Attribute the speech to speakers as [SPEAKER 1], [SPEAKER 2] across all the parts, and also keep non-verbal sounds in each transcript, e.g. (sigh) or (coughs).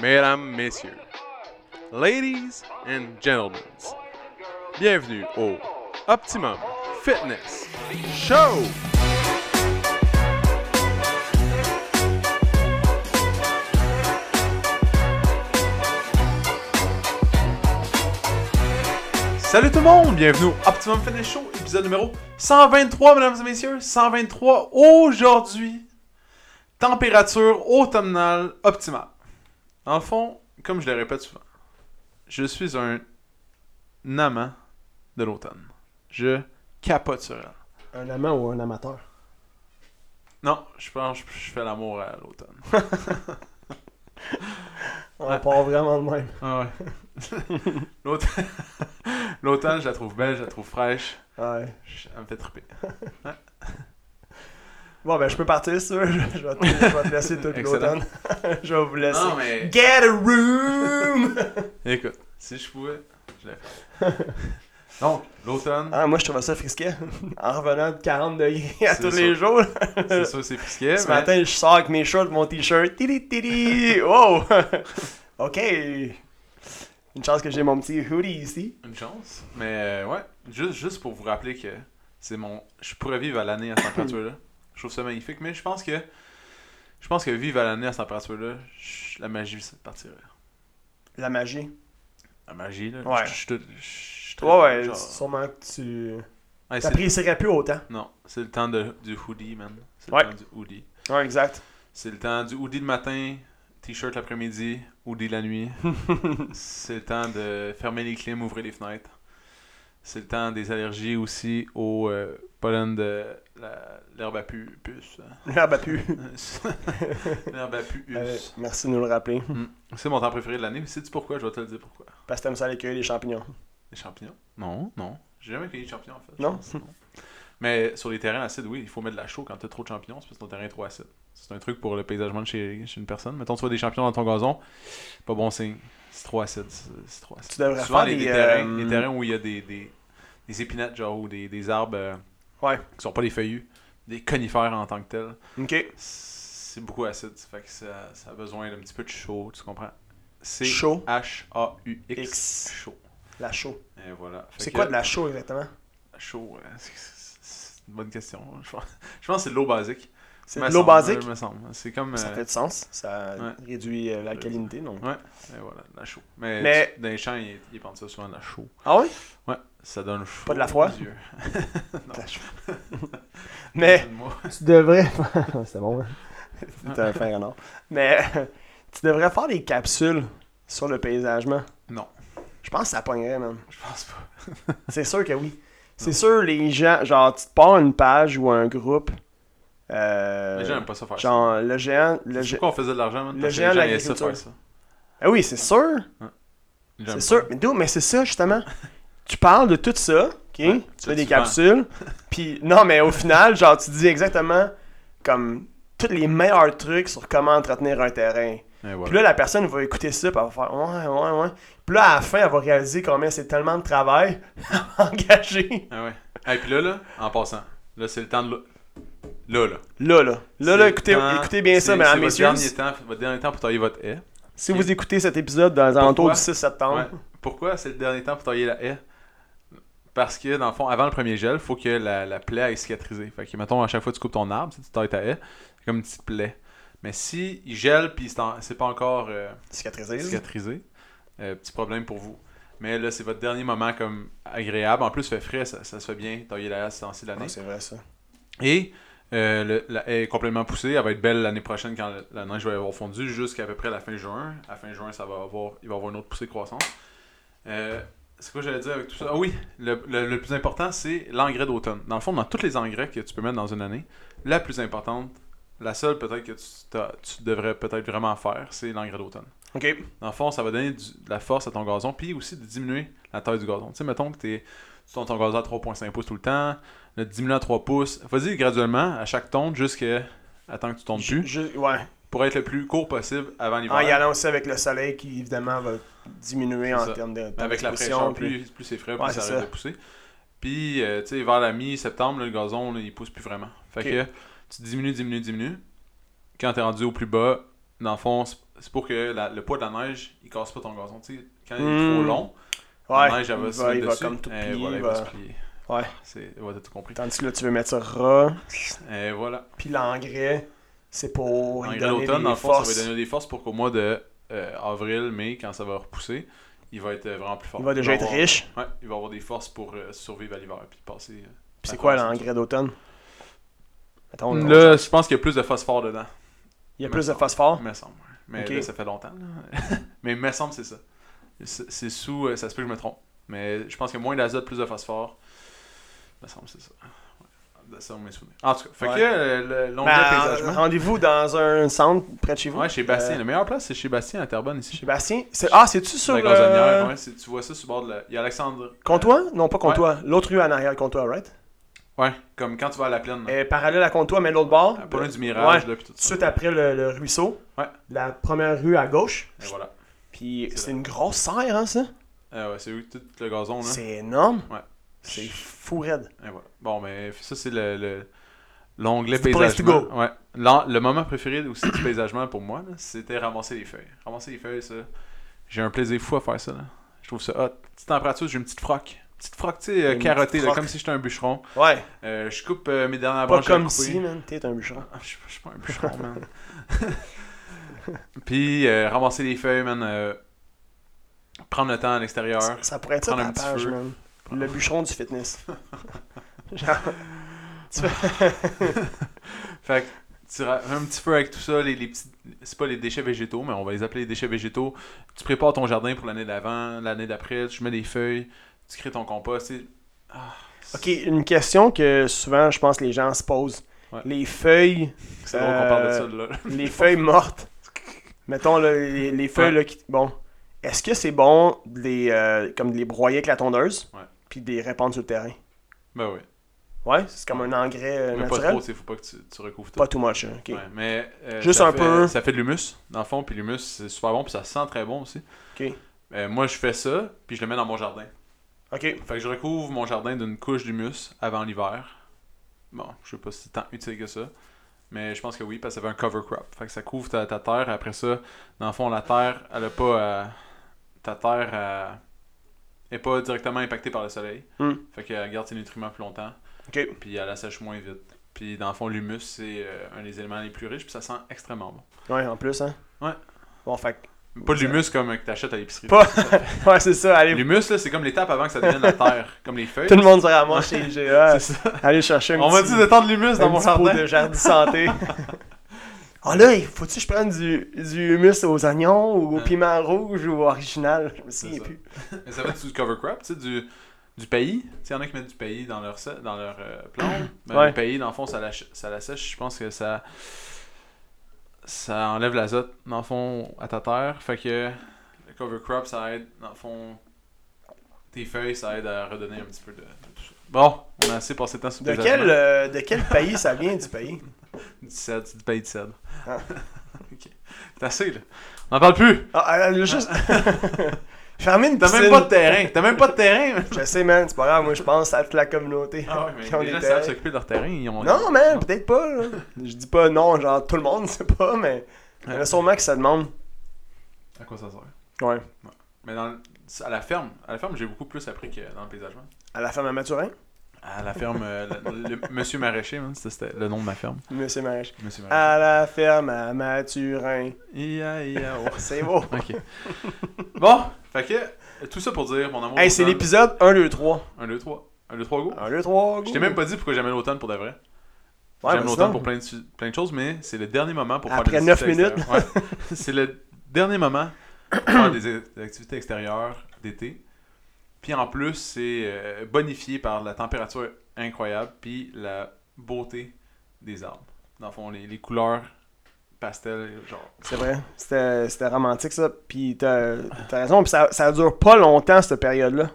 [SPEAKER 1] mesdames, messieurs, ladies and gentlemen, bienvenue au Optimum Fitness Show! Salut tout le monde, bienvenue au Optimum Fitness Show, épisode numéro 123, mesdames et messieurs, 123 aujourd'hui. Température automnale optimale. En fond, comme je le répète souvent, je suis un amant de l'automne. Je capote sur elle.
[SPEAKER 2] Un amant ou un amateur?
[SPEAKER 1] Non, je pense que je fais l'amour à l'automne.
[SPEAKER 2] On
[SPEAKER 1] Ouais.
[SPEAKER 2] part vraiment de même.
[SPEAKER 1] Ah ouais. (laughs) L'automne- (laughs) l'automne, je la trouve belle, je la trouve fraîche.
[SPEAKER 2] Ouais.
[SPEAKER 1] je- Elle me fait triper.
[SPEAKER 2] Bon, ben, je peux partir, ça. (laughs) Je, je vais, te, je vais te laisser toute
[SPEAKER 1] Excellent.
[SPEAKER 2] l'automne. (laughs) je vais vous laisser.
[SPEAKER 1] Non, mais-
[SPEAKER 2] Get a room! (laughs)
[SPEAKER 1] Écoute, si je pouvais, je la ferais. (laughs) Donc, l'automne,
[SPEAKER 2] ah, moi, je trouvais ça frisquet. en revenant de 40 degrés à
[SPEAKER 1] C'est
[SPEAKER 2] tous
[SPEAKER 1] ça. Eh ben.
[SPEAKER 2] les jours.
[SPEAKER 1] c'est sûr, c'est frisquet.
[SPEAKER 2] Ce
[SPEAKER 1] mais-
[SPEAKER 2] matin, je sors avec mes shorts, mon t-shirt. Tiri, tiri. Wow! (laughs) ok. Une chance que j'ai mon petit hoodie ici.
[SPEAKER 1] Une chance. Mais euh, ouais, juste, juste pour vous rappeler que c'est mon. Je pourrais vivre à l'année à cette température-là. je trouve ça magnifique, mais je pense que. Je pense que vivre à l'année à cette température-là, je- la magie ça partirait.
[SPEAKER 2] La magie.
[SPEAKER 1] La magie, là.
[SPEAKER 2] Ouais.
[SPEAKER 1] Je suis tout- je suis tout-
[SPEAKER 2] Toi, ouais,
[SPEAKER 1] genre-
[SPEAKER 2] sûrement que tu
[SPEAKER 1] Ouais, c'est-
[SPEAKER 2] t'apprécierais plus autant.
[SPEAKER 1] Non, c'est le temps de, du hoodie, man. C'est le
[SPEAKER 2] Ouais.
[SPEAKER 1] temps du hoodie.
[SPEAKER 2] Ouais, exact.
[SPEAKER 1] C'est le temps du hoodie le matin, t-shirt l'après-midi, hoodie la nuit. c'est le temps de fermer les clims, ouvrir les fenêtres. C'est le temps des allergies aussi au euh, pollen de la- l'herbe à pu- puce. (laughs)
[SPEAKER 2] L'herbe a pu.
[SPEAKER 1] l'herbe à pu-
[SPEAKER 2] Euh,
[SPEAKER 1] puce.
[SPEAKER 2] merci de nous le rappeler.
[SPEAKER 1] C'est mon temps préféré de l'année, mais sais-tu pourquoi? Je vais te le dire pourquoi.
[SPEAKER 2] Parce que t'aimes ça aller cueillir les champignons.
[SPEAKER 1] Les champignons? Non, non. J'ai jamais cueilli de champignons, en fait. je
[SPEAKER 2] Non?
[SPEAKER 1] pense, Mais sur les terrains acides, oui, il faut mettre de la chaux quand t'as trop de champignons, c'est parce que ton terrain est trop acide. C'est un truc pour le paysagement de chez, chez une personne. Mettons, tu vois des champignons dans ton gazon, pas bon signe. C'est trop acide. C'est c'est trop acide.
[SPEAKER 2] Tu devrais
[SPEAKER 1] Souvent,
[SPEAKER 2] faire
[SPEAKER 1] les,
[SPEAKER 2] des,
[SPEAKER 1] les terrains,
[SPEAKER 2] euh,
[SPEAKER 1] les terrains où il y a des, des, des épinettes, genre, ou des, des arbres euh,
[SPEAKER 2] Ouais.
[SPEAKER 1] qui sont pas des feuillus, des conifères en tant que tels,
[SPEAKER 2] Ok.
[SPEAKER 1] c'est beaucoup acide. Ça fait que ça, ça a besoin d'un petit peu de chaud, tu comprends? C'est
[SPEAKER 2] Chaud.
[SPEAKER 1] H-A-U-X.
[SPEAKER 2] X.
[SPEAKER 1] Chaud.
[SPEAKER 2] La chaux.
[SPEAKER 1] Et voilà. Fait
[SPEAKER 2] C'est
[SPEAKER 1] que-
[SPEAKER 2] quoi de la chaux exactement
[SPEAKER 1] Chaud, euh, (laughs) c'est- c'est c'est une bonne question. Je pense, je pense que c'est de l'eau basique.
[SPEAKER 2] C'est
[SPEAKER 1] Me
[SPEAKER 2] de l'eau
[SPEAKER 1] semble,
[SPEAKER 2] basique.
[SPEAKER 1] euh, me semble. C'est comme.
[SPEAKER 2] Ça
[SPEAKER 1] euh,
[SPEAKER 2] fait du sens. Ça
[SPEAKER 1] Ouais.
[SPEAKER 2] réduit euh, l'alcalinité. Donc...
[SPEAKER 1] et eh, voilà, de la chaux. Mais,
[SPEAKER 2] Mais-
[SPEAKER 1] tu- dans les champs, ils, ils pendent ça souvent de la chaux.
[SPEAKER 2] Ah oui
[SPEAKER 1] Ouais, ça donne chaud.
[SPEAKER 2] de la froid?
[SPEAKER 1] aux yeux. Non. (laughs)
[SPEAKER 2] La chaux. (laughs) Mais
[SPEAKER 1] Excuse-moi.
[SPEAKER 2] tu devrais. (laughs) C'est bon. hein? C'est un fin renard. Mais (laughs) tu devrais faire des capsules sur le paysagement.
[SPEAKER 1] Non.
[SPEAKER 2] Je pense que ça pognerait, man.
[SPEAKER 1] (laughs) Je pense pas.
[SPEAKER 2] C'est sûr que oui.
[SPEAKER 1] Non.
[SPEAKER 2] C'est sûr, les gens. Genre, tu te pars une page ou un groupe. euh,
[SPEAKER 1] les gens n'aiment pas ça faire ça.
[SPEAKER 2] genre, le géant. Le
[SPEAKER 1] C'est
[SPEAKER 2] gé-
[SPEAKER 1] pourquoi on faisait de l'argent, man?
[SPEAKER 2] le
[SPEAKER 1] Parce que
[SPEAKER 2] géant
[SPEAKER 1] les
[SPEAKER 2] de
[SPEAKER 1] gens aimaient ça faire
[SPEAKER 2] l'agriculture.
[SPEAKER 1] ça.
[SPEAKER 2] Ah oui, c'est sûr.
[SPEAKER 1] Les gens aiment
[SPEAKER 2] C'est
[SPEAKER 1] pas
[SPEAKER 2] sûr,
[SPEAKER 1] ça.
[SPEAKER 2] mais d'où- mais c'est ça justement. tu parles de tout ça, ok? tu fais
[SPEAKER 1] tu
[SPEAKER 2] des
[SPEAKER 1] vends. (laughs)
[SPEAKER 2] capsules, puis non, mais au final, genre tu dis exactement comme tous les meilleurs trucs sur comment entretenir un terrain.
[SPEAKER 1] Et Eh, voilà.
[SPEAKER 2] Puis là, la personne va écouter ça, puis elle va faire ouais, ouais, ouais. Puis là, à la fin, elle va réaliser combien c'est tellement de travail (laughs) engagé.
[SPEAKER 1] Ah ouais. Ah, Et puis là, là, en passant, là, c'est le temps de. l'eau- Là, là.
[SPEAKER 2] Là, là, là, là,
[SPEAKER 1] C'est
[SPEAKER 2] écoutez,
[SPEAKER 1] le temps-
[SPEAKER 2] écoutez bien
[SPEAKER 1] c'est-
[SPEAKER 2] ça, mesdames,
[SPEAKER 1] c'est votre
[SPEAKER 2] messieurs.
[SPEAKER 1] dernier temps, Votre dernier temps pour tailler votre haie.
[SPEAKER 2] Si vous écoutez cet épisode dans les alentours
[SPEAKER 1] Pourquoi?
[SPEAKER 2] du 6 septembre,
[SPEAKER 1] Ouais. Pourquoi c'est le dernier temps pour tailler la haie? Parce que, dans le fond, avant le premier gel, faut que la, la plaie aille cicatriser. Fait que, mettons, à chaque fois que tu coupes ton arbre, si tu tailles ta haie, c'est comme une petite plaie. Mais si il gèle puis c'est en- c'est pas encore euh,
[SPEAKER 2] cicatrisez.
[SPEAKER 1] cicatrisé, euh, petit problème pour vous. Mais là, c'est votre dernier moment comme agréable. En plus, il fait frais, ça, ça se fait bien tailler la haie à ce temps-ci de l'année.
[SPEAKER 2] Ouais, Ah, c'est vrai ça.
[SPEAKER 1] Et euh, le- la haie est complètement poussée. Elle va être belle l'année prochaine quand la- la neige va avoir fondu jusqu'à peu près la fin juin. À fin juin, ça va avoir, il va avoir une autre poussée de croissance. Euh, c'est quoi j'allais dire avec tout ça? Ah oui, le, le- le plus important, c'est l'engrais d'automne. Dans le fond, dans tous les engrais que tu peux mettre dans une année, la plus importante, la seule peut-être que tu, t'as- tu devrais peut-être vraiment faire, c'est l'engrais d'automne.
[SPEAKER 2] Ok.
[SPEAKER 1] Dans le fond, ça va donner du- de la force à ton gazon, puis aussi de diminuer la taille du gazon. Tu sais, mettons que t'es- tu tournes ton gazon à 3,5 pouces tout le temps, le diminuer à 3 pouces. Vas-y graduellement à chaque tonde jusqu'à attendre que tu tombes plus,
[SPEAKER 2] Je- ouais.
[SPEAKER 1] pour être le plus court possible avant l'hiver.
[SPEAKER 2] En y allant aussi avec le soleil qui, évidemment, va diminuer
[SPEAKER 1] C'est
[SPEAKER 2] en
[SPEAKER 1] ça.
[SPEAKER 2] termes de
[SPEAKER 1] Mais avec la
[SPEAKER 2] d'exposition,
[SPEAKER 1] pression,
[SPEAKER 2] puis-
[SPEAKER 1] plus, plus c'est frais, plus
[SPEAKER 2] Ouais,
[SPEAKER 1] ça
[SPEAKER 2] c'est
[SPEAKER 1] arrête
[SPEAKER 2] ça.
[SPEAKER 1] de pousser. Puis, euh, tu sais, vers la mi-septembre, là, le gazon, là, il pousse plus vraiment. Fait
[SPEAKER 2] Ok.
[SPEAKER 1] que tu diminues, diminues, diminues. Quand t'es rendu au plus bas, dans le fond, c'est- c'est pour que la- le poids de la neige, il casse pas ton gazon. Tu sais, quand il est
[SPEAKER 2] Hmm.
[SPEAKER 1] trop long, la
[SPEAKER 2] Ouais,
[SPEAKER 1] neige, elle va
[SPEAKER 2] il
[SPEAKER 1] se
[SPEAKER 2] va,
[SPEAKER 1] mettre
[SPEAKER 2] il va
[SPEAKER 1] dessus.
[SPEAKER 2] comme tout
[SPEAKER 1] Eh,
[SPEAKER 2] plier.
[SPEAKER 1] voilà,
[SPEAKER 2] il
[SPEAKER 1] il va
[SPEAKER 2] va-
[SPEAKER 1] se plier.
[SPEAKER 2] Ouais.
[SPEAKER 1] C'est- Ouais, t'as tout compris.
[SPEAKER 2] Tandis que là, tu veux mettre ça ras,
[SPEAKER 1] Et voilà.
[SPEAKER 2] puis l'engrais, c'est pour
[SPEAKER 1] En
[SPEAKER 2] lui
[SPEAKER 1] gros,
[SPEAKER 2] donner
[SPEAKER 1] l'automne,
[SPEAKER 2] des
[SPEAKER 1] dans le fond, ça va
[SPEAKER 2] forces.
[SPEAKER 1] lui donner des forces pour qu'au mois de euh, avril, mai, quand ça va repousser, il va être euh, vraiment plus fort.
[SPEAKER 2] Il va déjà être
[SPEAKER 1] avoir-
[SPEAKER 2] riche.
[SPEAKER 1] Ouais, il va avoir des forces pour euh, survivre à l'hiver puis passer. euh,
[SPEAKER 2] Puis c'est
[SPEAKER 1] la
[SPEAKER 2] quoi
[SPEAKER 1] traversée.
[SPEAKER 2] l'engrais d'automne? Attends, on-
[SPEAKER 1] Là, je pense qu'il y a plus de phosphore dedans.
[SPEAKER 2] il y a plus de phosphore.
[SPEAKER 1] Me semble. ouais. Mais
[SPEAKER 2] Ah. Ok.
[SPEAKER 1] là, ça fait longtemps. là. (laughs) mais me semble c'est ça. C'est c'est sous. euh, Ça se peut que je me trompe. Mais je pense que moins d'azote, plus de phosphore. Me semble c'est ça. Ouais. De ça, on mes souvenirs. En tout cas, fait
[SPEAKER 2] Ouais.
[SPEAKER 1] que euh, le- l'onglet
[SPEAKER 2] Ben,
[SPEAKER 1] paysagement.
[SPEAKER 2] Rendez-vous dans un centre près de chez vous.
[SPEAKER 1] Ouais, chez Bastien.
[SPEAKER 2] Euh,
[SPEAKER 1] La meilleure place, c'est chez Bastien à Terrebonne ici.
[SPEAKER 2] chez Bastien. C'est- Ah, c'est-tu sur euh,
[SPEAKER 1] la
[SPEAKER 2] le...
[SPEAKER 1] gazonnière, ouais, c'est- tu vois ça sur le bord de la... Il y a Alexandre.
[SPEAKER 2] Comtois? Non, pas Comtois. L'autre rue en arrière de Comtois, right?
[SPEAKER 1] Euh, ouais, comme quand tu vas à la plaine. là.
[SPEAKER 2] Euh, parallèle à Comtois, mais l'autre bord. Euh,
[SPEAKER 1] À Ah, Pas loin du mirage, là, puis tout
[SPEAKER 2] Tout de
[SPEAKER 1] ça.
[SPEAKER 2] suite après le, le ruisseau.
[SPEAKER 1] Ouais.
[SPEAKER 2] La première rue à gauche.
[SPEAKER 1] Et voilà.
[SPEAKER 2] Puis
[SPEAKER 1] C'est
[SPEAKER 2] c'est
[SPEAKER 1] là.
[SPEAKER 2] une grosse serre, hein, ça?
[SPEAKER 1] Euh, ouais, c'est où tout le gazon, là.
[SPEAKER 2] C'est énorme.
[SPEAKER 1] Ouais.
[SPEAKER 2] C'est fou raide.
[SPEAKER 1] Et voilà. Bon, mais ça, c'est le, le- l'onglet
[SPEAKER 2] C'est the place
[SPEAKER 1] paysagement.
[SPEAKER 2] to go.
[SPEAKER 1] Ouais. L'en- le moment préféré aussi du paysagement pour moi, là, c'était ramasser les feuilles. Ramasser les feuilles, ça. J'ai un plaisir fou à faire ça. Là. Je trouve ça hot. Petite température, j'ai une petite froc. Petite froc, tu sais, euh,
[SPEAKER 2] Une
[SPEAKER 1] carottée,
[SPEAKER 2] petite
[SPEAKER 1] là,
[SPEAKER 2] froc.
[SPEAKER 1] comme si j'étais un bûcheron.
[SPEAKER 2] Ouais.
[SPEAKER 1] Euh, je coupe euh, mes dernières
[SPEAKER 2] Pas
[SPEAKER 1] branches à
[SPEAKER 2] comme
[SPEAKER 1] couper.
[SPEAKER 2] si, man. T'es un bûcheron.
[SPEAKER 1] Ah, Je suis pas- je suis pas un bûcheron, man. (laughs) Puis, euh, ramasser les feuilles, man. euh, prendre le temps à l'extérieur.
[SPEAKER 2] Ça- Ça pourrait être ça
[SPEAKER 1] Prendre
[SPEAKER 2] ta
[SPEAKER 1] un petit
[SPEAKER 2] page,
[SPEAKER 1] feu.
[SPEAKER 2] man.
[SPEAKER 1] Prendre-
[SPEAKER 2] Le bûcheron du
[SPEAKER 1] (laughs)
[SPEAKER 2] fitness. Genre,
[SPEAKER 1] Fait que tu ra- un petit peu avec tout ça, les, les petits. C'est pas les déchets végétaux, mais on va les appeler les déchets végétaux. Tu prépares ton jardin pour l'année d'avant, l'année d'après, tu mets des feuilles, tu crées ton compost. tu sais. Ah,
[SPEAKER 2] Ok, une question que souvent, je pense, les gens se posent.
[SPEAKER 1] Ouais.
[SPEAKER 2] Les feuilles,
[SPEAKER 1] C'est drôle qu'on parle de
[SPEAKER 2] Euh,
[SPEAKER 1] ça, là. (laughs)
[SPEAKER 2] les feuilles mortes. Mettons là, les, les feuilles
[SPEAKER 1] Ouais.
[SPEAKER 2] là, qui- bon. Est-ce que c'est bon de les, euh, comme de les broyer avec la tondeuse,
[SPEAKER 1] Ouais.
[SPEAKER 2] puis de les répandre sur le terrain
[SPEAKER 1] Ben oui.
[SPEAKER 2] Ouais, c'est comme un engrais euh,
[SPEAKER 1] Mais pas
[SPEAKER 2] naturel.
[SPEAKER 1] trop,
[SPEAKER 2] Pas,
[SPEAKER 1] tu sais, faut pas que tu, tu recouvres tout.
[SPEAKER 2] too much. hein, ok.
[SPEAKER 1] Ouais, mais euh,
[SPEAKER 2] Juste
[SPEAKER 1] ça
[SPEAKER 2] un
[SPEAKER 1] fait-
[SPEAKER 2] peu.
[SPEAKER 1] Ça fait de l'humus, dans le fond, puis l'humus, c'est super bon, puis ça sent très bon aussi.
[SPEAKER 2] Ok.
[SPEAKER 1] Euh, moi, je fais ça, puis je le mets dans mon jardin.
[SPEAKER 2] Ok.
[SPEAKER 1] Fait que je recouvre mon jardin d'une couche d'humus avant l'hiver. Bon, je sais pas si c'est tant utile que ça. Mais je pense que oui, parce que ça fait un cover crop. Fait que ça couvre ta, ta terre. Après ça, dans le fond, la terre, elle a pas à- Ta terre, elle est pas directement impactée par le soleil.
[SPEAKER 2] Hmm.
[SPEAKER 1] Fait qu'elle garde ses nutriments plus longtemps.
[SPEAKER 2] Ok.
[SPEAKER 1] Puis elle la sèche moins vite. Puis dans le fond, l'humus, c'est euh, un des éléments les plus riches. Puis ça sent extrêmement bon.
[SPEAKER 2] Ouais, en plus hein.
[SPEAKER 1] Ouais.
[SPEAKER 2] Bon, fait. que- (laughs)
[SPEAKER 1] Pas de l'humus comme que t'achètes à l'épicerie.
[SPEAKER 2] Pas. ouais, c'est ça. Allez,
[SPEAKER 1] L'humus, là, c'est comme l'étape avant que ça devienne la terre. Comme les feuilles.
[SPEAKER 2] (laughs) tout le monde sera à moi chez IGA.
[SPEAKER 1] C'est ça.
[SPEAKER 2] Allez chercher un
[SPEAKER 1] On m'a
[SPEAKER 2] petit-
[SPEAKER 1] dit de tendre l'humus dans
[SPEAKER 2] un
[SPEAKER 1] mon
[SPEAKER 2] petit pot
[SPEAKER 1] jardin.
[SPEAKER 2] de
[SPEAKER 1] (laughs)
[SPEAKER 2] jardin santé. Ah là, il faut-tu que je prenne du, du humus aux oignons ou au
[SPEAKER 1] Hein.
[SPEAKER 2] piment rouge ou original? Je me
[SPEAKER 1] C'est
[SPEAKER 2] souviens
[SPEAKER 1] ça.
[SPEAKER 2] plus.
[SPEAKER 1] Mais ça va être du cover crop, tu sais, du, du pays. Tu sais, y en a qui mettent du pays dans leur, se- dans leur euh, plante.
[SPEAKER 2] (clears throat)
[SPEAKER 1] Ben,
[SPEAKER 2] Ouais.
[SPEAKER 1] Le pays, dans le fond, ça la, ch- ça la sèche. Je pense que ça. Ça enlève l'azote, dans le fond, à ta terre. Fait que le cover crop, ça aide, dans le fond. Tes feuilles, ça aide à redonner un petit peu de, de tout ça. Bon, on a assez passé de temps sur
[SPEAKER 2] De
[SPEAKER 1] le
[SPEAKER 2] quel,
[SPEAKER 1] paysagement.
[SPEAKER 2] euh, de quel pays ça vient du pays?
[SPEAKER 1] Du cèdre, c'est du pays de cèdre.
[SPEAKER 2] Ah.
[SPEAKER 1] (laughs) ok. T'as assez, là. On n'en parle plus.
[SPEAKER 2] Ah, ah, ah, juste. (laughs) Fermer une
[SPEAKER 1] T'as
[SPEAKER 2] piscine.
[SPEAKER 1] même pas de terrain. T'as même pas de terrain.
[SPEAKER 2] Je sais, man, c'est pas grave, moi je pense à toute la communauté.
[SPEAKER 1] Ah
[SPEAKER 2] (laughs)
[SPEAKER 1] ouais, mais
[SPEAKER 2] Qui ont
[SPEAKER 1] les
[SPEAKER 2] des
[SPEAKER 1] gens
[SPEAKER 2] terrains.
[SPEAKER 1] savent s'occuper de leur terrain. Ils ont...
[SPEAKER 2] Non, man, peut-être pas. là. Je dis pas non, genre tout le monde sait pas, mais il y en a sûrement qui ça demande.
[SPEAKER 1] À quoi ça sert
[SPEAKER 2] Ouais.
[SPEAKER 1] Mais dans le- à la ferme, à la ferme, j'ai beaucoup plus appris que dans le paysagement.
[SPEAKER 2] À la ferme à Maturin,
[SPEAKER 1] À la ferme, euh, le- le- Monsieur Maraîcher, man, ça, c'était le nom de ma ferme. Ah.
[SPEAKER 2] monsieur Maraîch.
[SPEAKER 1] Monsieur Maraîcher.
[SPEAKER 2] À la ferme à Maturin.
[SPEAKER 1] Ia, ia, oh.
[SPEAKER 2] (laughs) C'est beau.
[SPEAKER 1] Ok. (laughs) Bon, fait que tout ça pour dire mon amour.
[SPEAKER 2] Hey, c'est
[SPEAKER 1] d'automne.
[SPEAKER 2] l'épisode 1, 2, 3.
[SPEAKER 1] 1, 2, 3. 1, 2, 3, go.
[SPEAKER 2] 1, 2, 3, go.
[SPEAKER 1] Je t'ai même pas dit pourquoi j'aimais l'automne pour de vrai.
[SPEAKER 2] Ouais,
[SPEAKER 1] J'aime
[SPEAKER 2] ben,
[SPEAKER 1] l'automne
[SPEAKER 2] sinon.
[SPEAKER 1] pour plein de, su- plein de choses, mais c'est le dernier moment pour
[SPEAKER 2] Après
[SPEAKER 1] faire des
[SPEAKER 2] neuf
[SPEAKER 1] activités extérieures. Ouais. c'est le dernier moment pour faire des, a- des activités extérieures d'été. Puis en plus, c'est euh, bonifié par la température incroyable, puis la beauté des arbres. Dans le fond, les, les couleurs pastel, genre.
[SPEAKER 2] C'est vrai. C'était c'était romantique, ça. Puis t'as t'as raison. Puis ça, ça dure pas longtemps, cette période-là.
[SPEAKER 1] Ouais.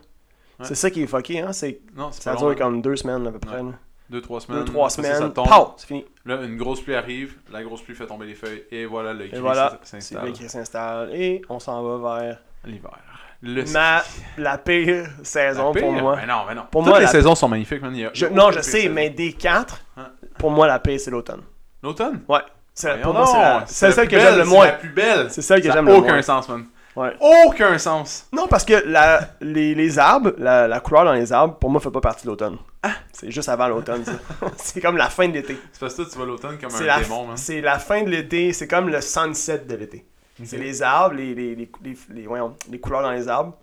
[SPEAKER 2] C'est ça qui est fucké, hein. c'est-
[SPEAKER 1] Non, c'est
[SPEAKER 2] Ça
[SPEAKER 1] pas
[SPEAKER 2] dure
[SPEAKER 1] long, hein.
[SPEAKER 2] comme deux semaines, à peu près.
[SPEAKER 1] Ouais.
[SPEAKER 2] là.
[SPEAKER 1] Deux, trois semaines.
[SPEAKER 2] Deux, trois
[SPEAKER 1] Après ça, ça
[SPEAKER 2] semaines.
[SPEAKER 1] tombe.
[SPEAKER 2] Pow! C'est fini.
[SPEAKER 1] Là, une grosse pluie arrive, la grosse pluie fait tomber les feuilles, et voilà, le gris
[SPEAKER 2] Et voilà.
[SPEAKER 1] s'in-
[SPEAKER 2] C'est
[SPEAKER 1] s'installe.
[SPEAKER 2] là qui s'installe. Et on s'en va vers
[SPEAKER 1] L'hiver. Le
[SPEAKER 2] ma,
[SPEAKER 1] ski.
[SPEAKER 2] la pire saison
[SPEAKER 1] La
[SPEAKER 2] pour
[SPEAKER 1] pire?
[SPEAKER 2] moi.
[SPEAKER 1] Mais non, mais non.
[SPEAKER 2] Pour
[SPEAKER 1] Toutes
[SPEAKER 2] moi,
[SPEAKER 1] les
[SPEAKER 2] la-
[SPEAKER 1] saisons sont magnifiques, man. Il y a
[SPEAKER 2] Je-
[SPEAKER 1] aucune
[SPEAKER 2] non, je
[SPEAKER 1] pire
[SPEAKER 2] sais,
[SPEAKER 1] saison.
[SPEAKER 2] mais des quatre,
[SPEAKER 1] Hein?
[SPEAKER 2] pour moi, la pire, c'est l'automne.
[SPEAKER 1] L'automne?
[SPEAKER 2] Ouais. C'est, pour
[SPEAKER 1] Voyons
[SPEAKER 2] moi, Euh, c'est,
[SPEAKER 1] donc,
[SPEAKER 2] la- c'est
[SPEAKER 1] la
[SPEAKER 2] celle
[SPEAKER 1] plus
[SPEAKER 2] que j'aime
[SPEAKER 1] belle,
[SPEAKER 2] le
[SPEAKER 1] c'est
[SPEAKER 2] moins.
[SPEAKER 1] la plus belle.
[SPEAKER 2] C'est celle que
[SPEAKER 1] Ça a
[SPEAKER 2] j'aime le
[SPEAKER 1] Aucun
[SPEAKER 2] moins.
[SPEAKER 1] sens, man.
[SPEAKER 2] Ouais.
[SPEAKER 1] Aucun sens.
[SPEAKER 2] Non, parce que la, les, les arbres, la, la couleur dans les arbres, pour moi, fait pas partie de l'automne.
[SPEAKER 1] Ah.
[SPEAKER 2] C'est juste avant l'automne,
[SPEAKER 1] (laughs)
[SPEAKER 2] ça. c'est comme la fin de l'été.
[SPEAKER 1] C'est parce que toi, tu vois l'automne comme un
[SPEAKER 2] C'est la,
[SPEAKER 1] démon, hein. man.
[SPEAKER 2] c'est la fin de l'été, c'est comme le sunset de l'été. C'est les arbres, les, les, les, les, les- voyons, les couleurs dans les arbres.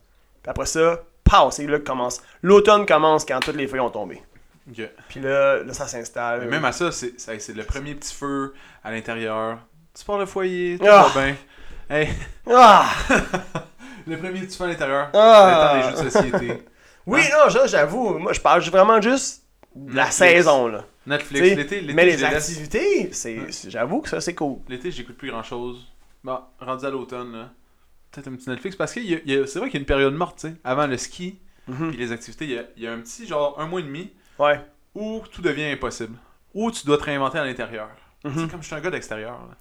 [SPEAKER 2] Puis après ça, pow, c'est là que commence. L'automne commence quand toutes les feuilles ont tombé.
[SPEAKER 1] Ok.
[SPEAKER 2] Puis là, là ça s'installe.
[SPEAKER 1] Mais même à ça, c'est c'est- c'est le premier petit feu à l'intérieur. Tu pars le foyer, tout
[SPEAKER 2] Ah.
[SPEAKER 1] va bien. Hey, (laughs)
[SPEAKER 2] Ah!
[SPEAKER 1] le premier petit feu à l'intérieur. Le
[SPEAKER 2] Ah.
[SPEAKER 1] temps des jeux de société.
[SPEAKER 2] Oui, non, ça, j'avoue. Moi, je parle vraiment juste de la
[SPEAKER 1] Hein? Netflix.
[SPEAKER 2] saison, là.
[SPEAKER 1] Netflix,
[SPEAKER 2] T'sais,
[SPEAKER 1] l'été, l'été,
[SPEAKER 2] mais
[SPEAKER 1] je
[SPEAKER 2] les
[SPEAKER 1] les laisse.
[SPEAKER 2] activités, c'est,
[SPEAKER 1] Ouais.
[SPEAKER 2] c'est- j'avoue que ça, c'est cool.
[SPEAKER 1] L'été, j'écoute plus grand chose. Bon, rendu à l'automne, là. Peut-être un petit Netflix parce que y a- y a- c'est vrai qu'il y a une période morte, tu sais. Avant le ski, puis les activités, il y a, il y a un petit genre un mois et demi
[SPEAKER 2] Ouais.
[SPEAKER 1] où tout devient impossible. Où tu dois te réinventer à l'intérieur.
[SPEAKER 2] Mhm. Ah,
[SPEAKER 1] C'est comme je suis un gars d'extérieur, là.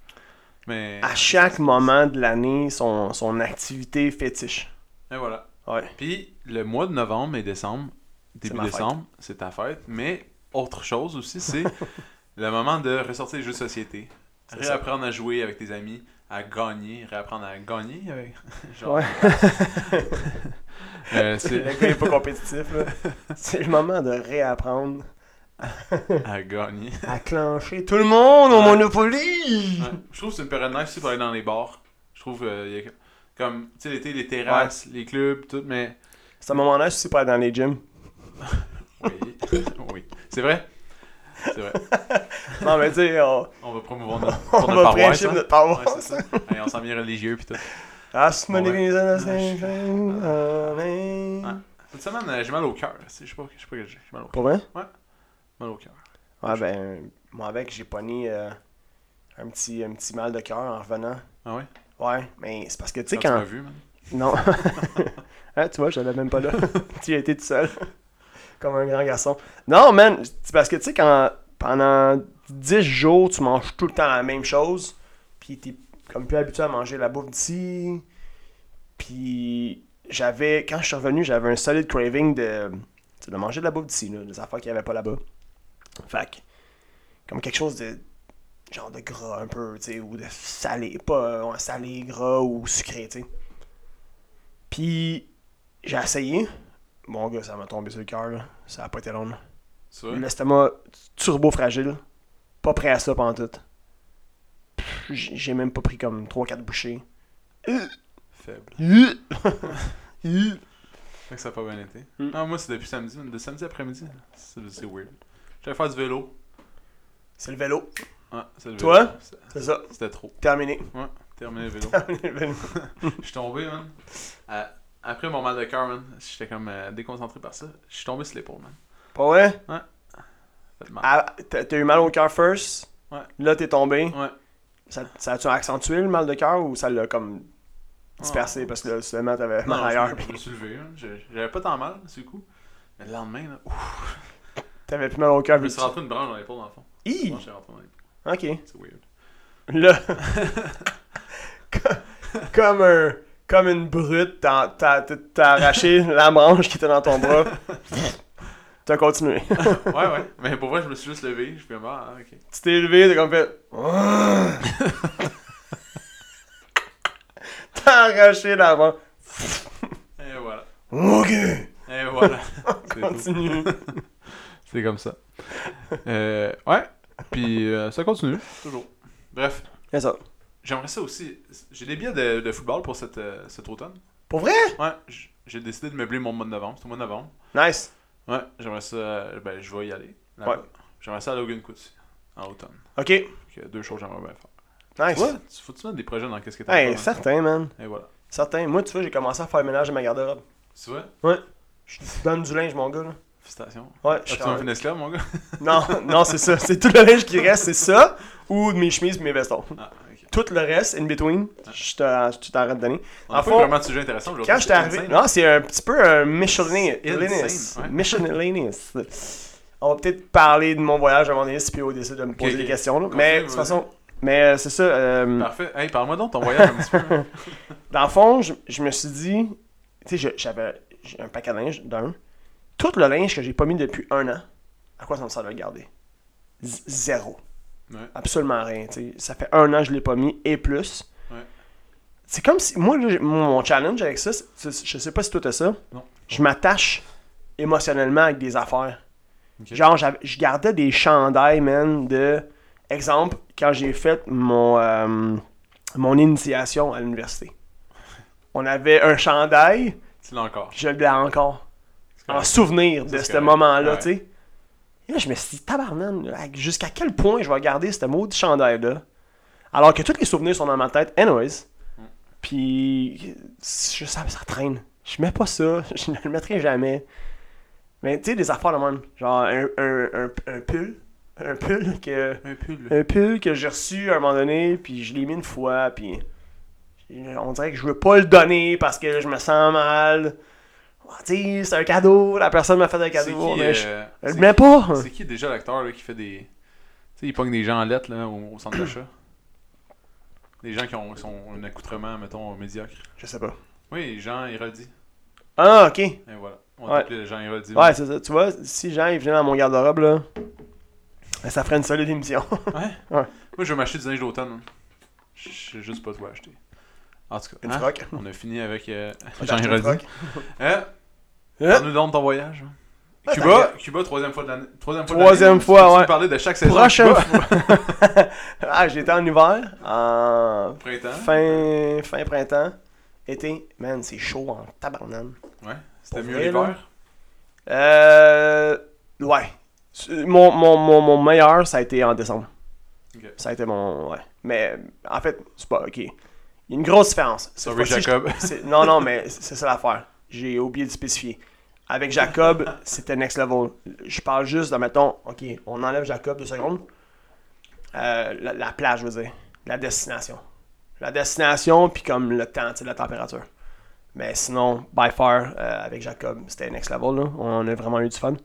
[SPEAKER 1] Mais.
[SPEAKER 2] À chaque moment de l'année, son, son activité fétiche.
[SPEAKER 1] Et voilà.
[SPEAKER 2] Ouais.
[SPEAKER 1] Puis le mois de novembre et décembre, début
[SPEAKER 2] ma fête.
[SPEAKER 1] décembre, c'est ta fête. Mais autre chose aussi,
[SPEAKER 2] (laughs)
[SPEAKER 1] c'est le moment de ressortir les jeux de société.
[SPEAKER 2] C'est ça.
[SPEAKER 1] Réapprendre à jouer avec tes amis, à gagner, réapprendre à gagner avec. (laughs) Genre.
[SPEAKER 2] Ouais.
[SPEAKER 1] Euh,
[SPEAKER 2] Le
[SPEAKER 1] c'est
[SPEAKER 2] gars est pas compétitif, là. C'est le moment de réapprendre
[SPEAKER 1] à gagner.
[SPEAKER 2] à clencher tout le monde au Monopoly!
[SPEAKER 1] Ouais. Je trouve que c'est une période nice aussi pour aller dans les bars. Je trouve euh, il y a comme, tu sais, l'été, les terrasses, les clubs, tout, mais.
[SPEAKER 2] C'est un moment-là, je suis pas dans les gyms. (laughs)
[SPEAKER 1] Oui. oui. C'est vrai? C'est vrai.
[SPEAKER 2] Non, mais tu sais, on,
[SPEAKER 1] On va promouvoir notre,
[SPEAKER 2] on
[SPEAKER 1] pour notre
[SPEAKER 2] va
[SPEAKER 1] paroisse.
[SPEAKER 2] prêcher
[SPEAKER 1] hein.
[SPEAKER 2] notre
[SPEAKER 1] Ouais, c'est
[SPEAKER 2] paroisse.
[SPEAKER 1] ça. Hey, on sent bien religieux pis tout.
[SPEAKER 2] Ah, c'est mon
[SPEAKER 1] Ouais.
[SPEAKER 2] église de
[SPEAKER 1] Ah, je-
[SPEAKER 2] Saint-Jean, amen.
[SPEAKER 1] Cette semaine, euh, j'ai mal au cœur. Je sais pas, je sais pas que j'ai. J'ai mal au cœur.
[SPEAKER 2] Pour vrai?
[SPEAKER 1] Mal au cœur.
[SPEAKER 2] Ouais, ben, moi avec, j'ai pogné euh, un, petit, un petit mal de cœur en revenant.
[SPEAKER 1] Ah ouais?
[SPEAKER 2] Ouais, mais c'est parce que tu sais
[SPEAKER 1] Quand Tu m'as
[SPEAKER 2] quand.
[SPEAKER 1] vu, man.
[SPEAKER 2] Non. (laughs) Hein, tu vois, je l'avais même pas là. (laughs) tu as été tout seul. Comme un grand garçon. Non, man, c'est parce que tu sais, quand pendant 10 jours, tu manges tout le temps la même chose, puis t'es comme plus habitué à manger la bouffe d'ici. Puis j'avais, quand je suis revenu, j'avais un solide craving de, tu sais, de manger de la bouffe d'ici, là, des affaires qu'il n'y avait pas là-bas. Fait que, comme quelque chose de genre de gras un peu, tu sais, ou de salé, pas euh, salé, gras ou sucré, tu sais. Puis j'ai essayé. Mon gars, ça m'a tombé sur le cœur, là. Ça a pas été long, là.
[SPEAKER 1] C'est vrai?
[SPEAKER 2] L'estomac turbo fragile. Pas prêt à ça pendant tout. J'ai j'ai même pas pris comme
[SPEAKER 1] (laughs)
[SPEAKER 2] 3-4 bouchées.
[SPEAKER 1] Faible.
[SPEAKER 2] ouais,
[SPEAKER 1] Fait que ça a pas bien été.
[SPEAKER 2] Mm.
[SPEAKER 1] Non, moi, c'est depuis samedi. man. De samedi après-midi. C'est c'est weird. J'allais faire du vélo.
[SPEAKER 2] c'est le vélo.
[SPEAKER 1] Ah, c'est le vélo.
[SPEAKER 2] Toi?
[SPEAKER 1] C'est-
[SPEAKER 2] C'est ça.
[SPEAKER 1] C'était trop.
[SPEAKER 2] Terminé. (laughs)
[SPEAKER 1] Ouais, terminé le vélo.
[SPEAKER 2] Terminé le vélo.
[SPEAKER 1] Je suis tombé, man. À- Après mon mal de cœur, man, j'étais comme euh, déconcentré par ça. Je suis tombé sur l'épaule, man.
[SPEAKER 2] Pas vrai?
[SPEAKER 1] Ça fait mal.
[SPEAKER 2] Ah, T'as t'as eu mal au cœur first.
[SPEAKER 1] Ouais.
[SPEAKER 2] Là, t'es tombé.
[SPEAKER 1] Ouais.
[SPEAKER 2] Ça, ça a-tu accentué le mal de cœur ou ça l'a comme dispersé
[SPEAKER 1] Oh.
[SPEAKER 2] parce que là, seulement t'avais
[SPEAKER 1] Non,
[SPEAKER 2] mal
[SPEAKER 1] je
[SPEAKER 2] ailleurs
[SPEAKER 1] me- je me
[SPEAKER 2] puis
[SPEAKER 1] suis levé, man. Je- J'avais pas tant mal, du coup. Mais le lendemain, là,
[SPEAKER 2] Ah,
[SPEAKER 1] ouf,
[SPEAKER 2] t'avais plus mal au cœur
[SPEAKER 1] je me
[SPEAKER 2] vu
[SPEAKER 1] suis rentré une branche dans l'épaule, dans le fond. Je
[SPEAKER 2] Hi!
[SPEAKER 1] pense que j'ai rentré dans l'épaule.
[SPEAKER 2] Ok.
[SPEAKER 1] C'est weird.
[SPEAKER 2] Là. (laughs) Co- comme un. Comme une brute, t'as- t'as t'as- t'as arraché la manche qui était dans ton (laughs) bras. T'as continué.
[SPEAKER 1] Ouais, ouais. Mais pour vrai, je me suis juste levé. Je suis comme, ah, ok.
[SPEAKER 2] Tu t'es levé, t'as comme fait. (laughs) t'as arraché la manche.
[SPEAKER 1] Et voilà.
[SPEAKER 2] Ok!
[SPEAKER 1] Et voilà. (laughs) C'est tout.
[SPEAKER 2] (laughs) Continue.
[SPEAKER 1] C'est comme ça. Euh, ouais. Puis euh, ça continue. Toujours. Bref,
[SPEAKER 2] C'est ça.
[SPEAKER 1] j'aimerais ça aussi. J'ai des billets de, de football pour cette, euh, cet automne.
[SPEAKER 2] Pour vrai?
[SPEAKER 1] Ouais, j- j'ai décidé de meubler mon mois de novembre. C'est au mois de novembre.
[SPEAKER 2] Nice.
[SPEAKER 1] Ouais, j'aimerais ça. euh, Ben, je vais y aller. là-bas.
[SPEAKER 2] Ouais.
[SPEAKER 1] J'aimerais ça à Logan Coats en automne.
[SPEAKER 2] Ok.
[SPEAKER 1] Fait que deux choses que j'aimerais bien faire.
[SPEAKER 2] Nice.
[SPEAKER 1] Tu vois, tu- faut-tu mettre des projets dans qu'est-ce que t'as
[SPEAKER 2] Hey, certain, man.
[SPEAKER 1] hein. Et voilà.
[SPEAKER 2] Certain. Moi, tu vois, j'ai commencé à faire le ménage à ma garde-robe.
[SPEAKER 1] Tu vois,
[SPEAKER 2] Je donne du linge, mon gars, là.
[SPEAKER 1] félicitations.
[SPEAKER 2] Ouais,
[SPEAKER 1] Ah,
[SPEAKER 2] je
[SPEAKER 1] tu
[SPEAKER 2] suis
[SPEAKER 1] m'as
[SPEAKER 2] en-
[SPEAKER 1] fait une esclave, mon gars.
[SPEAKER 2] Non, non, c'est ça. C'est tout le linge qui reste, c'est ça. Ou de mes chemises et mes vestons.
[SPEAKER 1] Ah, ok.
[SPEAKER 2] Tout le reste, in between, je te- tu t'arrêtes de donner.
[SPEAKER 1] On a
[SPEAKER 2] En
[SPEAKER 1] pas eu
[SPEAKER 2] fond,
[SPEAKER 1] vraiment de sujet intéressant aujourd'hui.
[SPEAKER 2] Quand je t'ai arrivé.
[SPEAKER 1] Insane.
[SPEAKER 2] Non, c'est un petit peu un Micheliniste.
[SPEAKER 1] C'est insane, ouais.
[SPEAKER 2] Micheliniste. On va peut-être parler de mon voyage avant d'aller, si Pio décide de me poser
[SPEAKER 1] ok.
[SPEAKER 2] des questions. là.
[SPEAKER 1] Continue,
[SPEAKER 2] Mais
[SPEAKER 1] vas-y. Ah.
[SPEAKER 2] de toute façon, mais euh, c'est ça. euh,
[SPEAKER 1] Parfait. Hey, parle-moi donc de ton voyage un petit
[SPEAKER 2] (laughs)
[SPEAKER 1] peu.
[SPEAKER 2] dans le fond, je, je me suis dit, tu sais, je- j'avais j'ai un paquet de linge d'un. Tout le linge que j'ai pas mis depuis un an, à quoi ça me sert de le garder Z- Zéro.
[SPEAKER 1] Ouais.
[SPEAKER 2] Absolument rien. tu sais. Ça fait un an que je l'ai pas mis et plus.
[SPEAKER 1] Ouais.
[SPEAKER 2] C'est comme si. Moi, là, j'ai- mon mon challenge avec ça, c'est- c'est- je sais pas si toi t'as ça.
[SPEAKER 1] Non.
[SPEAKER 2] Je m'attache émotionnellement avec des affaires.
[SPEAKER 1] Ok.
[SPEAKER 2] Genre, j'avais- je gardais des chandails, man, de. Exemple, quand j'ai fait mon, euh, mon initiation à l'université. On avait un chandail,
[SPEAKER 1] Tu l'as encore.
[SPEAKER 2] je l'ai encore.
[SPEAKER 1] C'est
[SPEAKER 2] En
[SPEAKER 1] correct.
[SPEAKER 2] souvenir
[SPEAKER 1] Ça,
[SPEAKER 2] de
[SPEAKER 1] c'est
[SPEAKER 2] ce
[SPEAKER 1] correct.
[SPEAKER 2] moment-là,
[SPEAKER 1] Ouais.
[SPEAKER 2] tu sais. Et là, je me suis dit, tabarnan, là, jusqu'à quel point je vais garder ce maudit chandail-là, alors que tous les souvenirs sont dans ma tête, anyways.
[SPEAKER 1] Mm.
[SPEAKER 2] Puis, je, ça, ça traîne. Je mets pas ça, (laughs) je ne le mettrai jamais. Mais tu sais, des affaires de même. Genre, un, un, un, un pull. Un pull que.
[SPEAKER 1] Un pull.
[SPEAKER 2] Un pull que j'ai reçu à un moment donné, puis je l'ai mis une fois, puis on dirait que je veux pas le donner parce que je me sens mal. Ah, tu sais, c'est un cadeau, la personne m'a fait un
[SPEAKER 1] C'est qui,
[SPEAKER 2] cadeau, mais je,
[SPEAKER 1] euh,
[SPEAKER 2] je
[SPEAKER 1] c'est-
[SPEAKER 2] le mets pas.
[SPEAKER 1] C'est qui déjà l'acteur là, qui fait des. Tu sais, il pogne des gens en lettres là, au, au centre
[SPEAKER 2] (coughs)
[SPEAKER 1] d'achat Des gens qui ont, qui sont un accoutrement, mettons, médiocre.
[SPEAKER 2] Je sais pas.
[SPEAKER 1] Oui, Jean Héroldi.
[SPEAKER 2] Ah, ok.
[SPEAKER 1] Et voilà. On
[SPEAKER 2] Ouais.
[SPEAKER 1] t'appelait Jean Héroldi.
[SPEAKER 2] Ouais, c'est ça. Tu vois, si Jean il venait dans mon garde-robe, là, ben, ça ferait une solide
[SPEAKER 1] (laughs)
[SPEAKER 2] émission.
[SPEAKER 1] Moi, je vais m'acheter du linge d'automne. hein. Je sais juste pas quoi acheter. En tout cas,
[SPEAKER 2] une
[SPEAKER 1] hein,
[SPEAKER 2] froc.
[SPEAKER 1] on a fini avec euh, Jean
[SPEAKER 2] T'achètes une
[SPEAKER 1] Héroldi.
[SPEAKER 2] froc.
[SPEAKER 1] Hein
[SPEAKER 2] Hein?
[SPEAKER 1] Parle-nous donc de ton voyage. hein.
[SPEAKER 2] Ouais,
[SPEAKER 1] Cuba, Cuba, troisième fois de l'année. Troisième fois. de
[SPEAKER 2] Troisième
[SPEAKER 1] l'année,
[SPEAKER 2] fois,
[SPEAKER 1] tu-
[SPEAKER 2] ouais.
[SPEAKER 1] Tu parlais de chaque saison. de
[SPEAKER 2] Prochaine
[SPEAKER 1] Cuba.
[SPEAKER 2] fois. (laughs) ah, j'étais en hiver, en
[SPEAKER 1] Printemps.
[SPEAKER 2] fin, fin printemps, été. Man, c'est chaud en tabarnane.
[SPEAKER 1] Ouais. C'était
[SPEAKER 2] Pour
[SPEAKER 1] mieux
[SPEAKER 2] vrai,
[SPEAKER 1] l'hiver.
[SPEAKER 2] Euh. Ouais. Mon, mon, mon, mon meilleur, ça a été en décembre.
[SPEAKER 1] Ok.
[SPEAKER 2] Ça a été mon. Ouais. Mais en fait, c'est pas. Ok. Il y a une grosse différence. Cette
[SPEAKER 1] Sorry,
[SPEAKER 2] fois-ci,
[SPEAKER 1] Jacob.
[SPEAKER 2] c'est- Non, non, mais c'est ça l'affaire. J'ai oublié de spécifier. Avec Jacob, c'était next level. Je parle juste de, mettons, ok, on enlève Jacob deux secondes. Euh, la, la plage, je veux dire. La destination. La destination, puis comme le temps, tu sais, la température. Mais sinon, by far, euh, avec Jacob, c'était next level. là. On a vraiment eu du fun.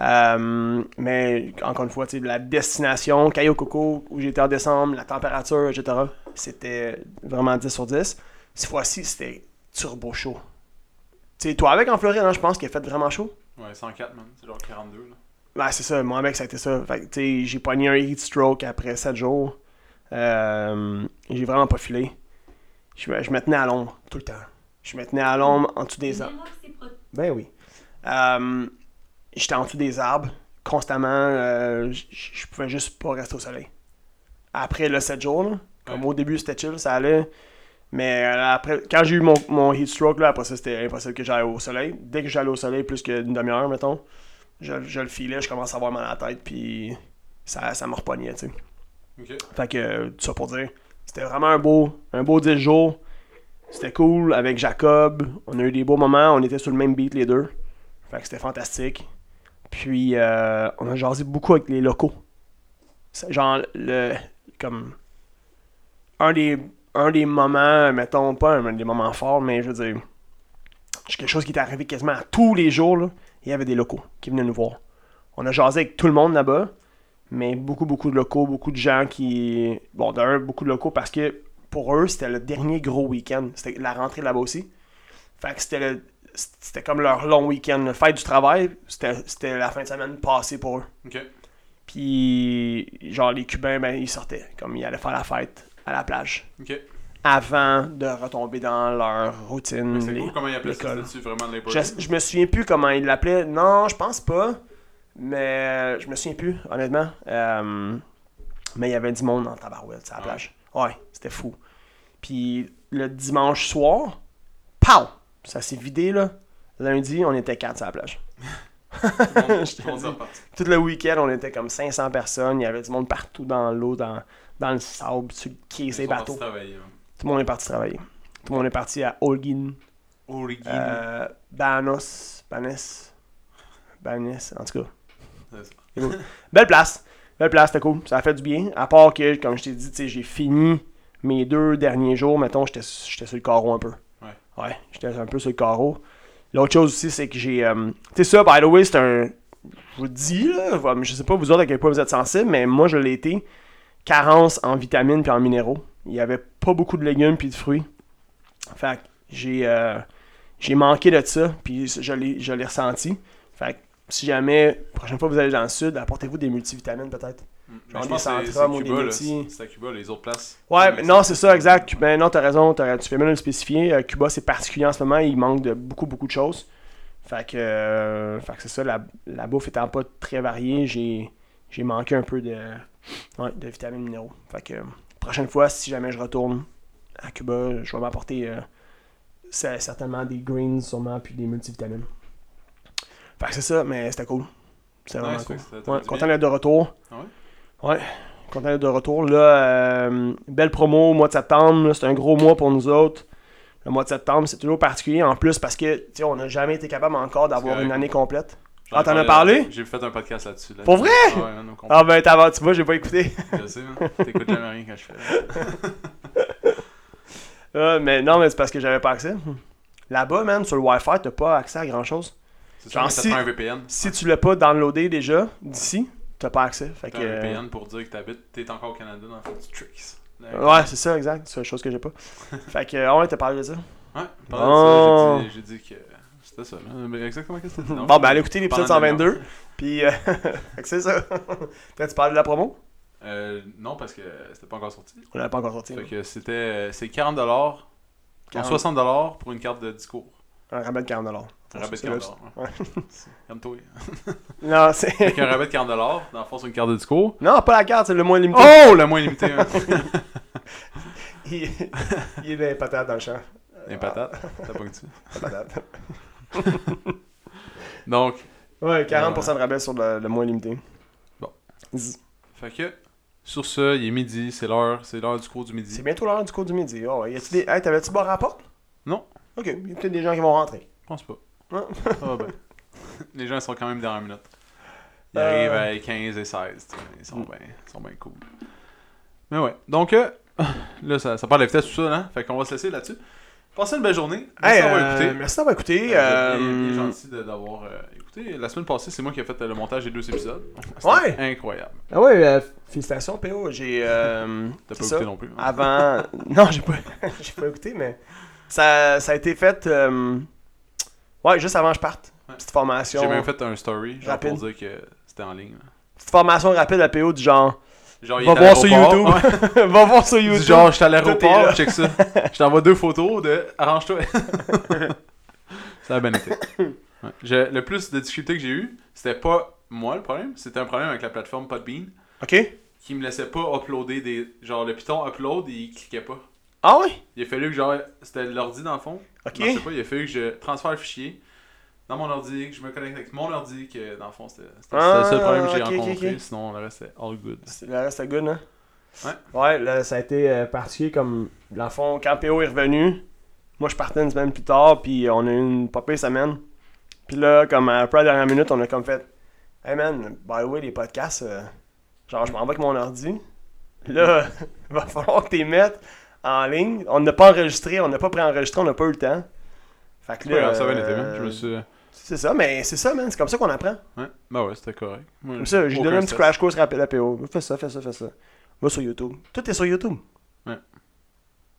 [SPEAKER 2] Euh, mais encore une fois, tu sais, la destination, Cayo Coco, où j'étais en décembre, la température, etc., c'était vraiment 10 sur 10. Cette fois-ci, c'était turbo chaud. Tu sais, toi avec en Floride, hein, je pense qu'il a fait vraiment chaud.
[SPEAKER 1] Ouais, 104, man. C'est genre 42. Là.
[SPEAKER 2] Ouais, c'est ça, moi avec, ça a été ça. Fait que, tu sais, j'ai pogné un heat stroke après 7 jours. Euh, j'ai vraiment pas filé. Je, me- je me tenais à l'ombre tout le temps. Je me tenais à l'ombre en dessous des arbres. Ben oui. Euh, J'étais en dessous des arbres constamment. euh, j- j- je pouvais juste pas rester au soleil. Après le 7 jours, là, comme
[SPEAKER 1] Ouais.
[SPEAKER 2] au début c'était chill, ça allait. Mais euh, après, quand j'ai eu mon, mon heat stroke, là, après ça c'était impossible que j'aille au soleil. Dès que j'allais au soleil plus qu'une demi-heure, mettons, je, je le filais, je commençais à avoir mal à la tête, puis ça, ça me repognait, tu sais.
[SPEAKER 1] Ok.
[SPEAKER 2] Fait que, euh, tout ça pour dire, c'était vraiment un beau, un beau 10 jours. C'était cool avec Jacob. On a eu des beaux moments. On était sur le même beat les deux. Fait que c'était fantastique. Puis, euh, on a jasé beaucoup avec les locaux. C'est genre, le, comme, un des, un des moments, mettons, pas un des moments forts, mais je veux dire, c'est quelque chose qui est arrivé quasiment à tous les jours. là. Il y avait des locaux qui venaient nous voir. On a jasé avec tout le monde là-bas mais beaucoup, beaucoup de locaux, beaucoup de gens qui. Bon, d'un, beaucoup de locaux parce que pour eux, c'était le dernier gros week-end. C'était la rentrée là-bas aussi. Fait que c'était le- C'était comme leur long week-end. Le fête du travail, c'était c'était la fin de semaine passée pour eux.
[SPEAKER 1] Ok.
[SPEAKER 2] Puis, genre, les Cubains, ben, ils sortaient. Comme ils allaient faire la fête à la plage.
[SPEAKER 1] Ok.
[SPEAKER 2] Avant de retomber dans leur routine.
[SPEAKER 1] Mais C'est
[SPEAKER 2] les-
[SPEAKER 1] cool comment il appelait ça.
[SPEAKER 2] Mm. l'école.
[SPEAKER 1] C'était-tu vraiment de labor?
[SPEAKER 2] je, je me souviens plus comment il l'appelait. Non, je pense pas. Mais euh, je me souviens plus, honnêtement. Euh, mais il y avait du monde en tabarouette sur la
[SPEAKER 1] Ah
[SPEAKER 2] plage. Ouais, c'était fou. Puis le dimanche soir, pow! Ça s'est vidé, là. Lundi, on était quatre sur la plage.
[SPEAKER 1] Tout le monde-
[SPEAKER 2] Je
[SPEAKER 1] tout le
[SPEAKER 2] (laughs)
[SPEAKER 1] monde
[SPEAKER 2] te
[SPEAKER 1] s'en partit.
[SPEAKER 2] Tout le week-end, on était comme 500 personnes. Il y avait du monde partout dans l'eau, dans, dans le sable, sur le quai,
[SPEAKER 1] Ils
[SPEAKER 2] ces
[SPEAKER 1] sont
[SPEAKER 2] bateaux.
[SPEAKER 1] partis travailler, hein.
[SPEAKER 2] Tout le monde est parti travailler. Tout le monde est parti à Holguin.
[SPEAKER 1] Origine.
[SPEAKER 2] Euh, Banos, Banes, Banes, en tout cas.
[SPEAKER 1] C'est ça.
[SPEAKER 2] Belle place, belle place, c'était cool, ça a fait du bien. À part que, comme je t'ai dit, tu sais, j'ai fini mes deux derniers jours, mettons, j'étais j'étais sur le carreau un peu.
[SPEAKER 1] Ouais.
[SPEAKER 2] Ouais, j'étais un peu sur le carreau. L'autre chose aussi, c'est que j'ai. euh, tu sais, ça, by the way, c'est un. Je vous dis, là, comme, je sais pas vous autres à quel point vous êtes sensibles, mais moi, je l'ai été. Carence en vitamines puis en minéraux. Il y avait pas beaucoup de légumes puis de fruits. Fait que j'ai. euh, j'ai manqué de ça, puis je l'ai je l'ai ressenti. Fait que si jamais, prochaine fois que vous allez dans le sud, apportez-vous des multivitamines peut-être.
[SPEAKER 1] je
[SPEAKER 2] Genre
[SPEAKER 1] pense
[SPEAKER 2] des
[SPEAKER 1] que c'est-
[SPEAKER 2] Centrum
[SPEAKER 1] c'est
[SPEAKER 2] ou des
[SPEAKER 1] Cuba, là.
[SPEAKER 2] Multi.
[SPEAKER 1] C'est- C'est à Cuba, les autres places.
[SPEAKER 2] Ouais, mais non, c'est ça, exact. Ben non, t'as raison, t'aurais- tu fais bien de le spécifier. Euh, Cuba, c'est particulier en ce moment, il manque de beaucoup, beaucoup de choses. Fait que, euh, fait que c'est ça, la, la bouffe étant pas très variée, j'ai, j'ai manqué un peu de, ouais, de vitamines minéraux. Fait que, euh, prochaine fois, si jamais je retourne à Cuba, je vais m'apporter euh, cer- certainement des greens, sûrement, puis des multivitamines. Fait que c'est ça, mais c'était cool. C'était
[SPEAKER 1] Nice,
[SPEAKER 2] vraiment
[SPEAKER 1] fait
[SPEAKER 2] cool.
[SPEAKER 1] que ça t'a
[SPEAKER 2] Ouais,
[SPEAKER 1] fait du
[SPEAKER 2] content
[SPEAKER 1] bien.
[SPEAKER 2] d'être de retour.
[SPEAKER 1] Ah
[SPEAKER 2] ouais? content d'être de retour. Là, euh, belle promo au mois de septembre. là, C'est un gros mois pour nous autres. Le mois de septembre, c'est toujours particulier. En plus, parce que, tu sais, on n'a jamais été capable encore d'avoir
[SPEAKER 1] correct.
[SPEAKER 2] une année complète.
[SPEAKER 1] J'en ai
[SPEAKER 2] Ah, t'en as parlé?
[SPEAKER 1] J'ai fait un podcast là-dessus. là.
[SPEAKER 2] Pour vrai?
[SPEAKER 1] Ah ouais, man, on comprend.
[SPEAKER 2] Ah ben, t'as tu vois, j'ai pas écouté. (laughs)
[SPEAKER 1] Je sais, man. T'écoutes jamais rien quand je fais.
[SPEAKER 2] Ah, mais non, mais c'est parce que j'avais pas accès. Là-bas, man, sur le Wi-Fi, t'as pas accès à grand-chose.
[SPEAKER 1] C'est
[SPEAKER 2] Genre,
[SPEAKER 1] sûr, ça te
[SPEAKER 2] si-
[SPEAKER 1] prend un VPN.
[SPEAKER 2] Si tu l'as pas downloadé déjà, d'ici, t'as pas accès. Fait que,
[SPEAKER 1] T'as un
[SPEAKER 2] euh,
[SPEAKER 1] VPN pour dire que t'habites, t'es encore au Canada dans le fond, tu tricks.
[SPEAKER 2] ouais, c'est ça, exact. C'est la chose que j'ai pas. (laughs) fait que, euh, ouais, t'as parlé de ça.
[SPEAKER 1] Ouais,
[SPEAKER 2] Bon.
[SPEAKER 1] pendant ça, j'ai dit, j'ai dit que c'était ça. là. Mais exactement qu'est-ce que c'était.
[SPEAKER 2] Ah. Bon, ben, allez écouter l'épisode
[SPEAKER 1] Pendant une
[SPEAKER 2] 122. Puis, euh, (laughs) fait que c'est ça. Peut-être tu parles de la promo?
[SPEAKER 1] Euh, non, parce que c'était pas encore sorti.
[SPEAKER 2] On l'avait pas encore sorti.
[SPEAKER 1] Fait que c'était euh, c'est 40 dollars,
[SPEAKER 2] 40.
[SPEAKER 1] 60 dollars pour une carte de discours.
[SPEAKER 2] hein. Un rabais de 40 dollars.
[SPEAKER 1] Un rabais de 40 dollars. hein. (laughs) Calme-toi.
[SPEAKER 2] Non, c'est... (laughs)
[SPEAKER 1] Avec un rabais de 40 dollars, dans le fond, c'est une carte de discours.
[SPEAKER 2] non, pas la carte, c'est le moins limité.
[SPEAKER 1] Oh, le moins limité.
[SPEAKER 2] (laughs)
[SPEAKER 1] Hein.
[SPEAKER 2] Il... Il est des patates dans le champ.
[SPEAKER 1] Les patates, t'as pas que tu. (laughs)
[SPEAKER 2] Des patates.
[SPEAKER 1] Donc,
[SPEAKER 2] Ouais, 40% de rabais sur le, le moins limité.
[SPEAKER 1] Bon.
[SPEAKER 2] Z-
[SPEAKER 1] fait que sur ce, il est midi, c'est l'heure, c'est l'heure du cours du midi.
[SPEAKER 2] C'est bientôt l'heure du cours du midi. Oh, y a-tu des... Hey, t'avais-tu barre à la porte?
[SPEAKER 1] Non.
[SPEAKER 2] Ok, il y a peut-être des gens qui vont rentrer.
[SPEAKER 1] Je pense pas.
[SPEAKER 2] Hein?
[SPEAKER 1] Ah ben. (laughs) Les gens sont quand même dernière minute. Ils
[SPEAKER 2] Euh. Mm.
[SPEAKER 1] arrivent à 15 et 16. tu sais, Ils sont bien ils sont bien cool. Mais ouais. Donc, euh, (laughs) là, ça, ça parle de vitesse, tout ça, hein? Fait qu'on va se laisser là-dessus. Passez une belle journée. Merci
[SPEAKER 2] Hey,
[SPEAKER 1] d'avoir
[SPEAKER 2] euh,
[SPEAKER 1] écouté.
[SPEAKER 2] Merci d'avoir écouté.
[SPEAKER 1] Vous êtes bien-
[SPEAKER 2] euh,
[SPEAKER 1] bien gentil de- d'avoir euh, écouté. La semaine passée, c'est moi qui ai fait euh, le montage des deux épisodes. C'était
[SPEAKER 2] Ouais.
[SPEAKER 1] Incroyable.
[SPEAKER 2] Ah ouais, euh, félicitations, PO. J'ai... euh,
[SPEAKER 1] (laughs) T'as
[SPEAKER 2] c'est
[SPEAKER 1] pas
[SPEAKER 2] ça.
[SPEAKER 1] écouté non plus. hein?
[SPEAKER 2] avant. Ah ben, (laughs) non, j'ai pas... j'ai pas écouté, mais ça, ça a été fait. euh, Ouais, juste avant que je parte.
[SPEAKER 1] Ouais.
[SPEAKER 2] Petite formation.
[SPEAKER 1] J'ai même fait un story genre
[SPEAKER 2] Rapide.
[SPEAKER 1] pour dire que c'était en ligne. là.
[SPEAKER 2] Petite formation rapide à PO du genre.
[SPEAKER 1] Genre, il
[SPEAKER 2] Va
[SPEAKER 1] était à
[SPEAKER 2] voir sur
[SPEAKER 1] l'aéroport.
[SPEAKER 2] YouTube. (laughs) Va voir sur
[SPEAKER 1] Du
[SPEAKER 2] YouTube.
[SPEAKER 1] genre, je suis à
[SPEAKER 2] Tout est là.
[SPEAKER 1] l'aéroport, check ça. Je t'envoie deux photos de
[SPEAKER 2] (laughs)
[SPEAKER 1] arrange-toi. ça a bien été. Ouais. Je- le plus de difficultés que j'ai eu, c'était pas moi le problème, c'était un problème avec la plateforme Podbean
[SPEAKER 2] Ok.
[SPEAKER 1] qui me laissait pas uploader des. Genre, le Python upload, il cliquait pas.
[SPEAKER 2] Ah ouais?
[SPEAKER 1] Il a fallu que genre. C'était l'ordi dans le fond.
[SPEAKER 2] Ok.
[SPEAKER 1] Je sais pas, il a fallu que je transfère le fichier dans mon ordi, que je me connecte avec mon ordi, que dans le fond, c'était c'était- c'était
[SPEAKER 2] Ah,
[SPEAKER 1] le seul problème que j'ai
[SPEAKER 2] ok, ok,
[SPEAKER 1] rencontré.
[SPEAKER 2] ok.
[SPEAKER 1] Sinon, le reste, c'était all good.
[SPEAKER 2] C'est- Le reste, c'est good, hein?
[SPEAKER 1] Ouais.
[SPEAKER 2] Ouais, là, ça a été euh, particulier comme. Dans le fond, quand PO est revenu, moi, je partais une semaine plus tard, puis on a eu une pas pire semaine. Puis là, comme après la dernière minute, on a comme fait Hey man, by the way, les podcasts, euh, genre, je m'en vais avec mon ordi. Là, (laughs) il va falloir que tu les mettes en ligne. On n'a pas enregistré, on n'a pas préenregistré, on n'a pas eu le temps. Fait que là.
[SPEAKER 1] Ouais, ça va bien été,
[SPEAKER 2] euh,
[SPEAKER 1] man. Je me suis.
[SPEAKER 2] C'est ça, mais c'est ça, man. C'est comme ça qu'on apprend.
[SPEAKER 1] Ouais. Bah ouais, c'était correct. Moi,
[SPEAKER 2] Comme ça, je lui
[SPEAKER 1] aucun
[SPEAKER 2] donne un petit
[SPEAKER 1] stress.
[SPEAKER 2] crash course rapide à PO. Fais ça, fais ça, fais ça. Va sur YouTube. Tout est sur YouTube.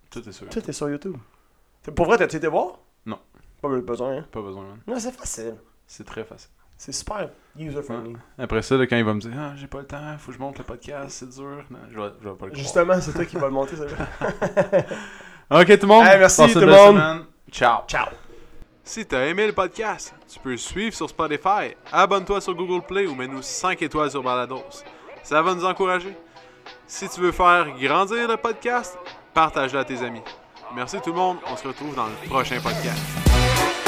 [SPEAKER 1] Tout est sûr.
[SPEAKER 2] Tout est sur YouTube. T'es- Pour vrai, t'as-tu été voir?
[SPEAKER 1] Non.
[SPEAKER 2] Pas besoin, hein?
[SPEAKER 1] Pas besoin, man.
[SPEAKER 2] Non, c'est facile.
[SPEAKER 1] C'est très facile.
[SPEAKER 2] C'est super user-friendly.
[SPEAKER 1] Après ça, là, quand il va me dire Ah, j'ai pas le temps, faut que je monte le podcast, c'est dur. Non, je vais, je vais pas le croire.
[SPEAKER 2] Justement, c'est toi qui vas le monter, ça.
[SPEAKER 1] Ok, tout le monde.
[SPEAKER 2] Hey, merci,
[SPEAKER 1] passez une
[SPEAKER 2] tout le
[SPEAKER 1] belle
[SPEAKER 2] monde.
[SPEAKER 1] semaine. Ciao.
[SPEAKER 2] Ciao!
[SPEAKER 1] Si t'as aimé le podcast, tu peux le suivre sur Spotify, abonne-toi sur Google Play ou mets-nous 5 étoiles sur Balados. Ça va nous encourager. Si tu veux faire grandir le podcast, partage-le à tes amis. Merci tout le monde, on se retrouve dans le prochain podcast.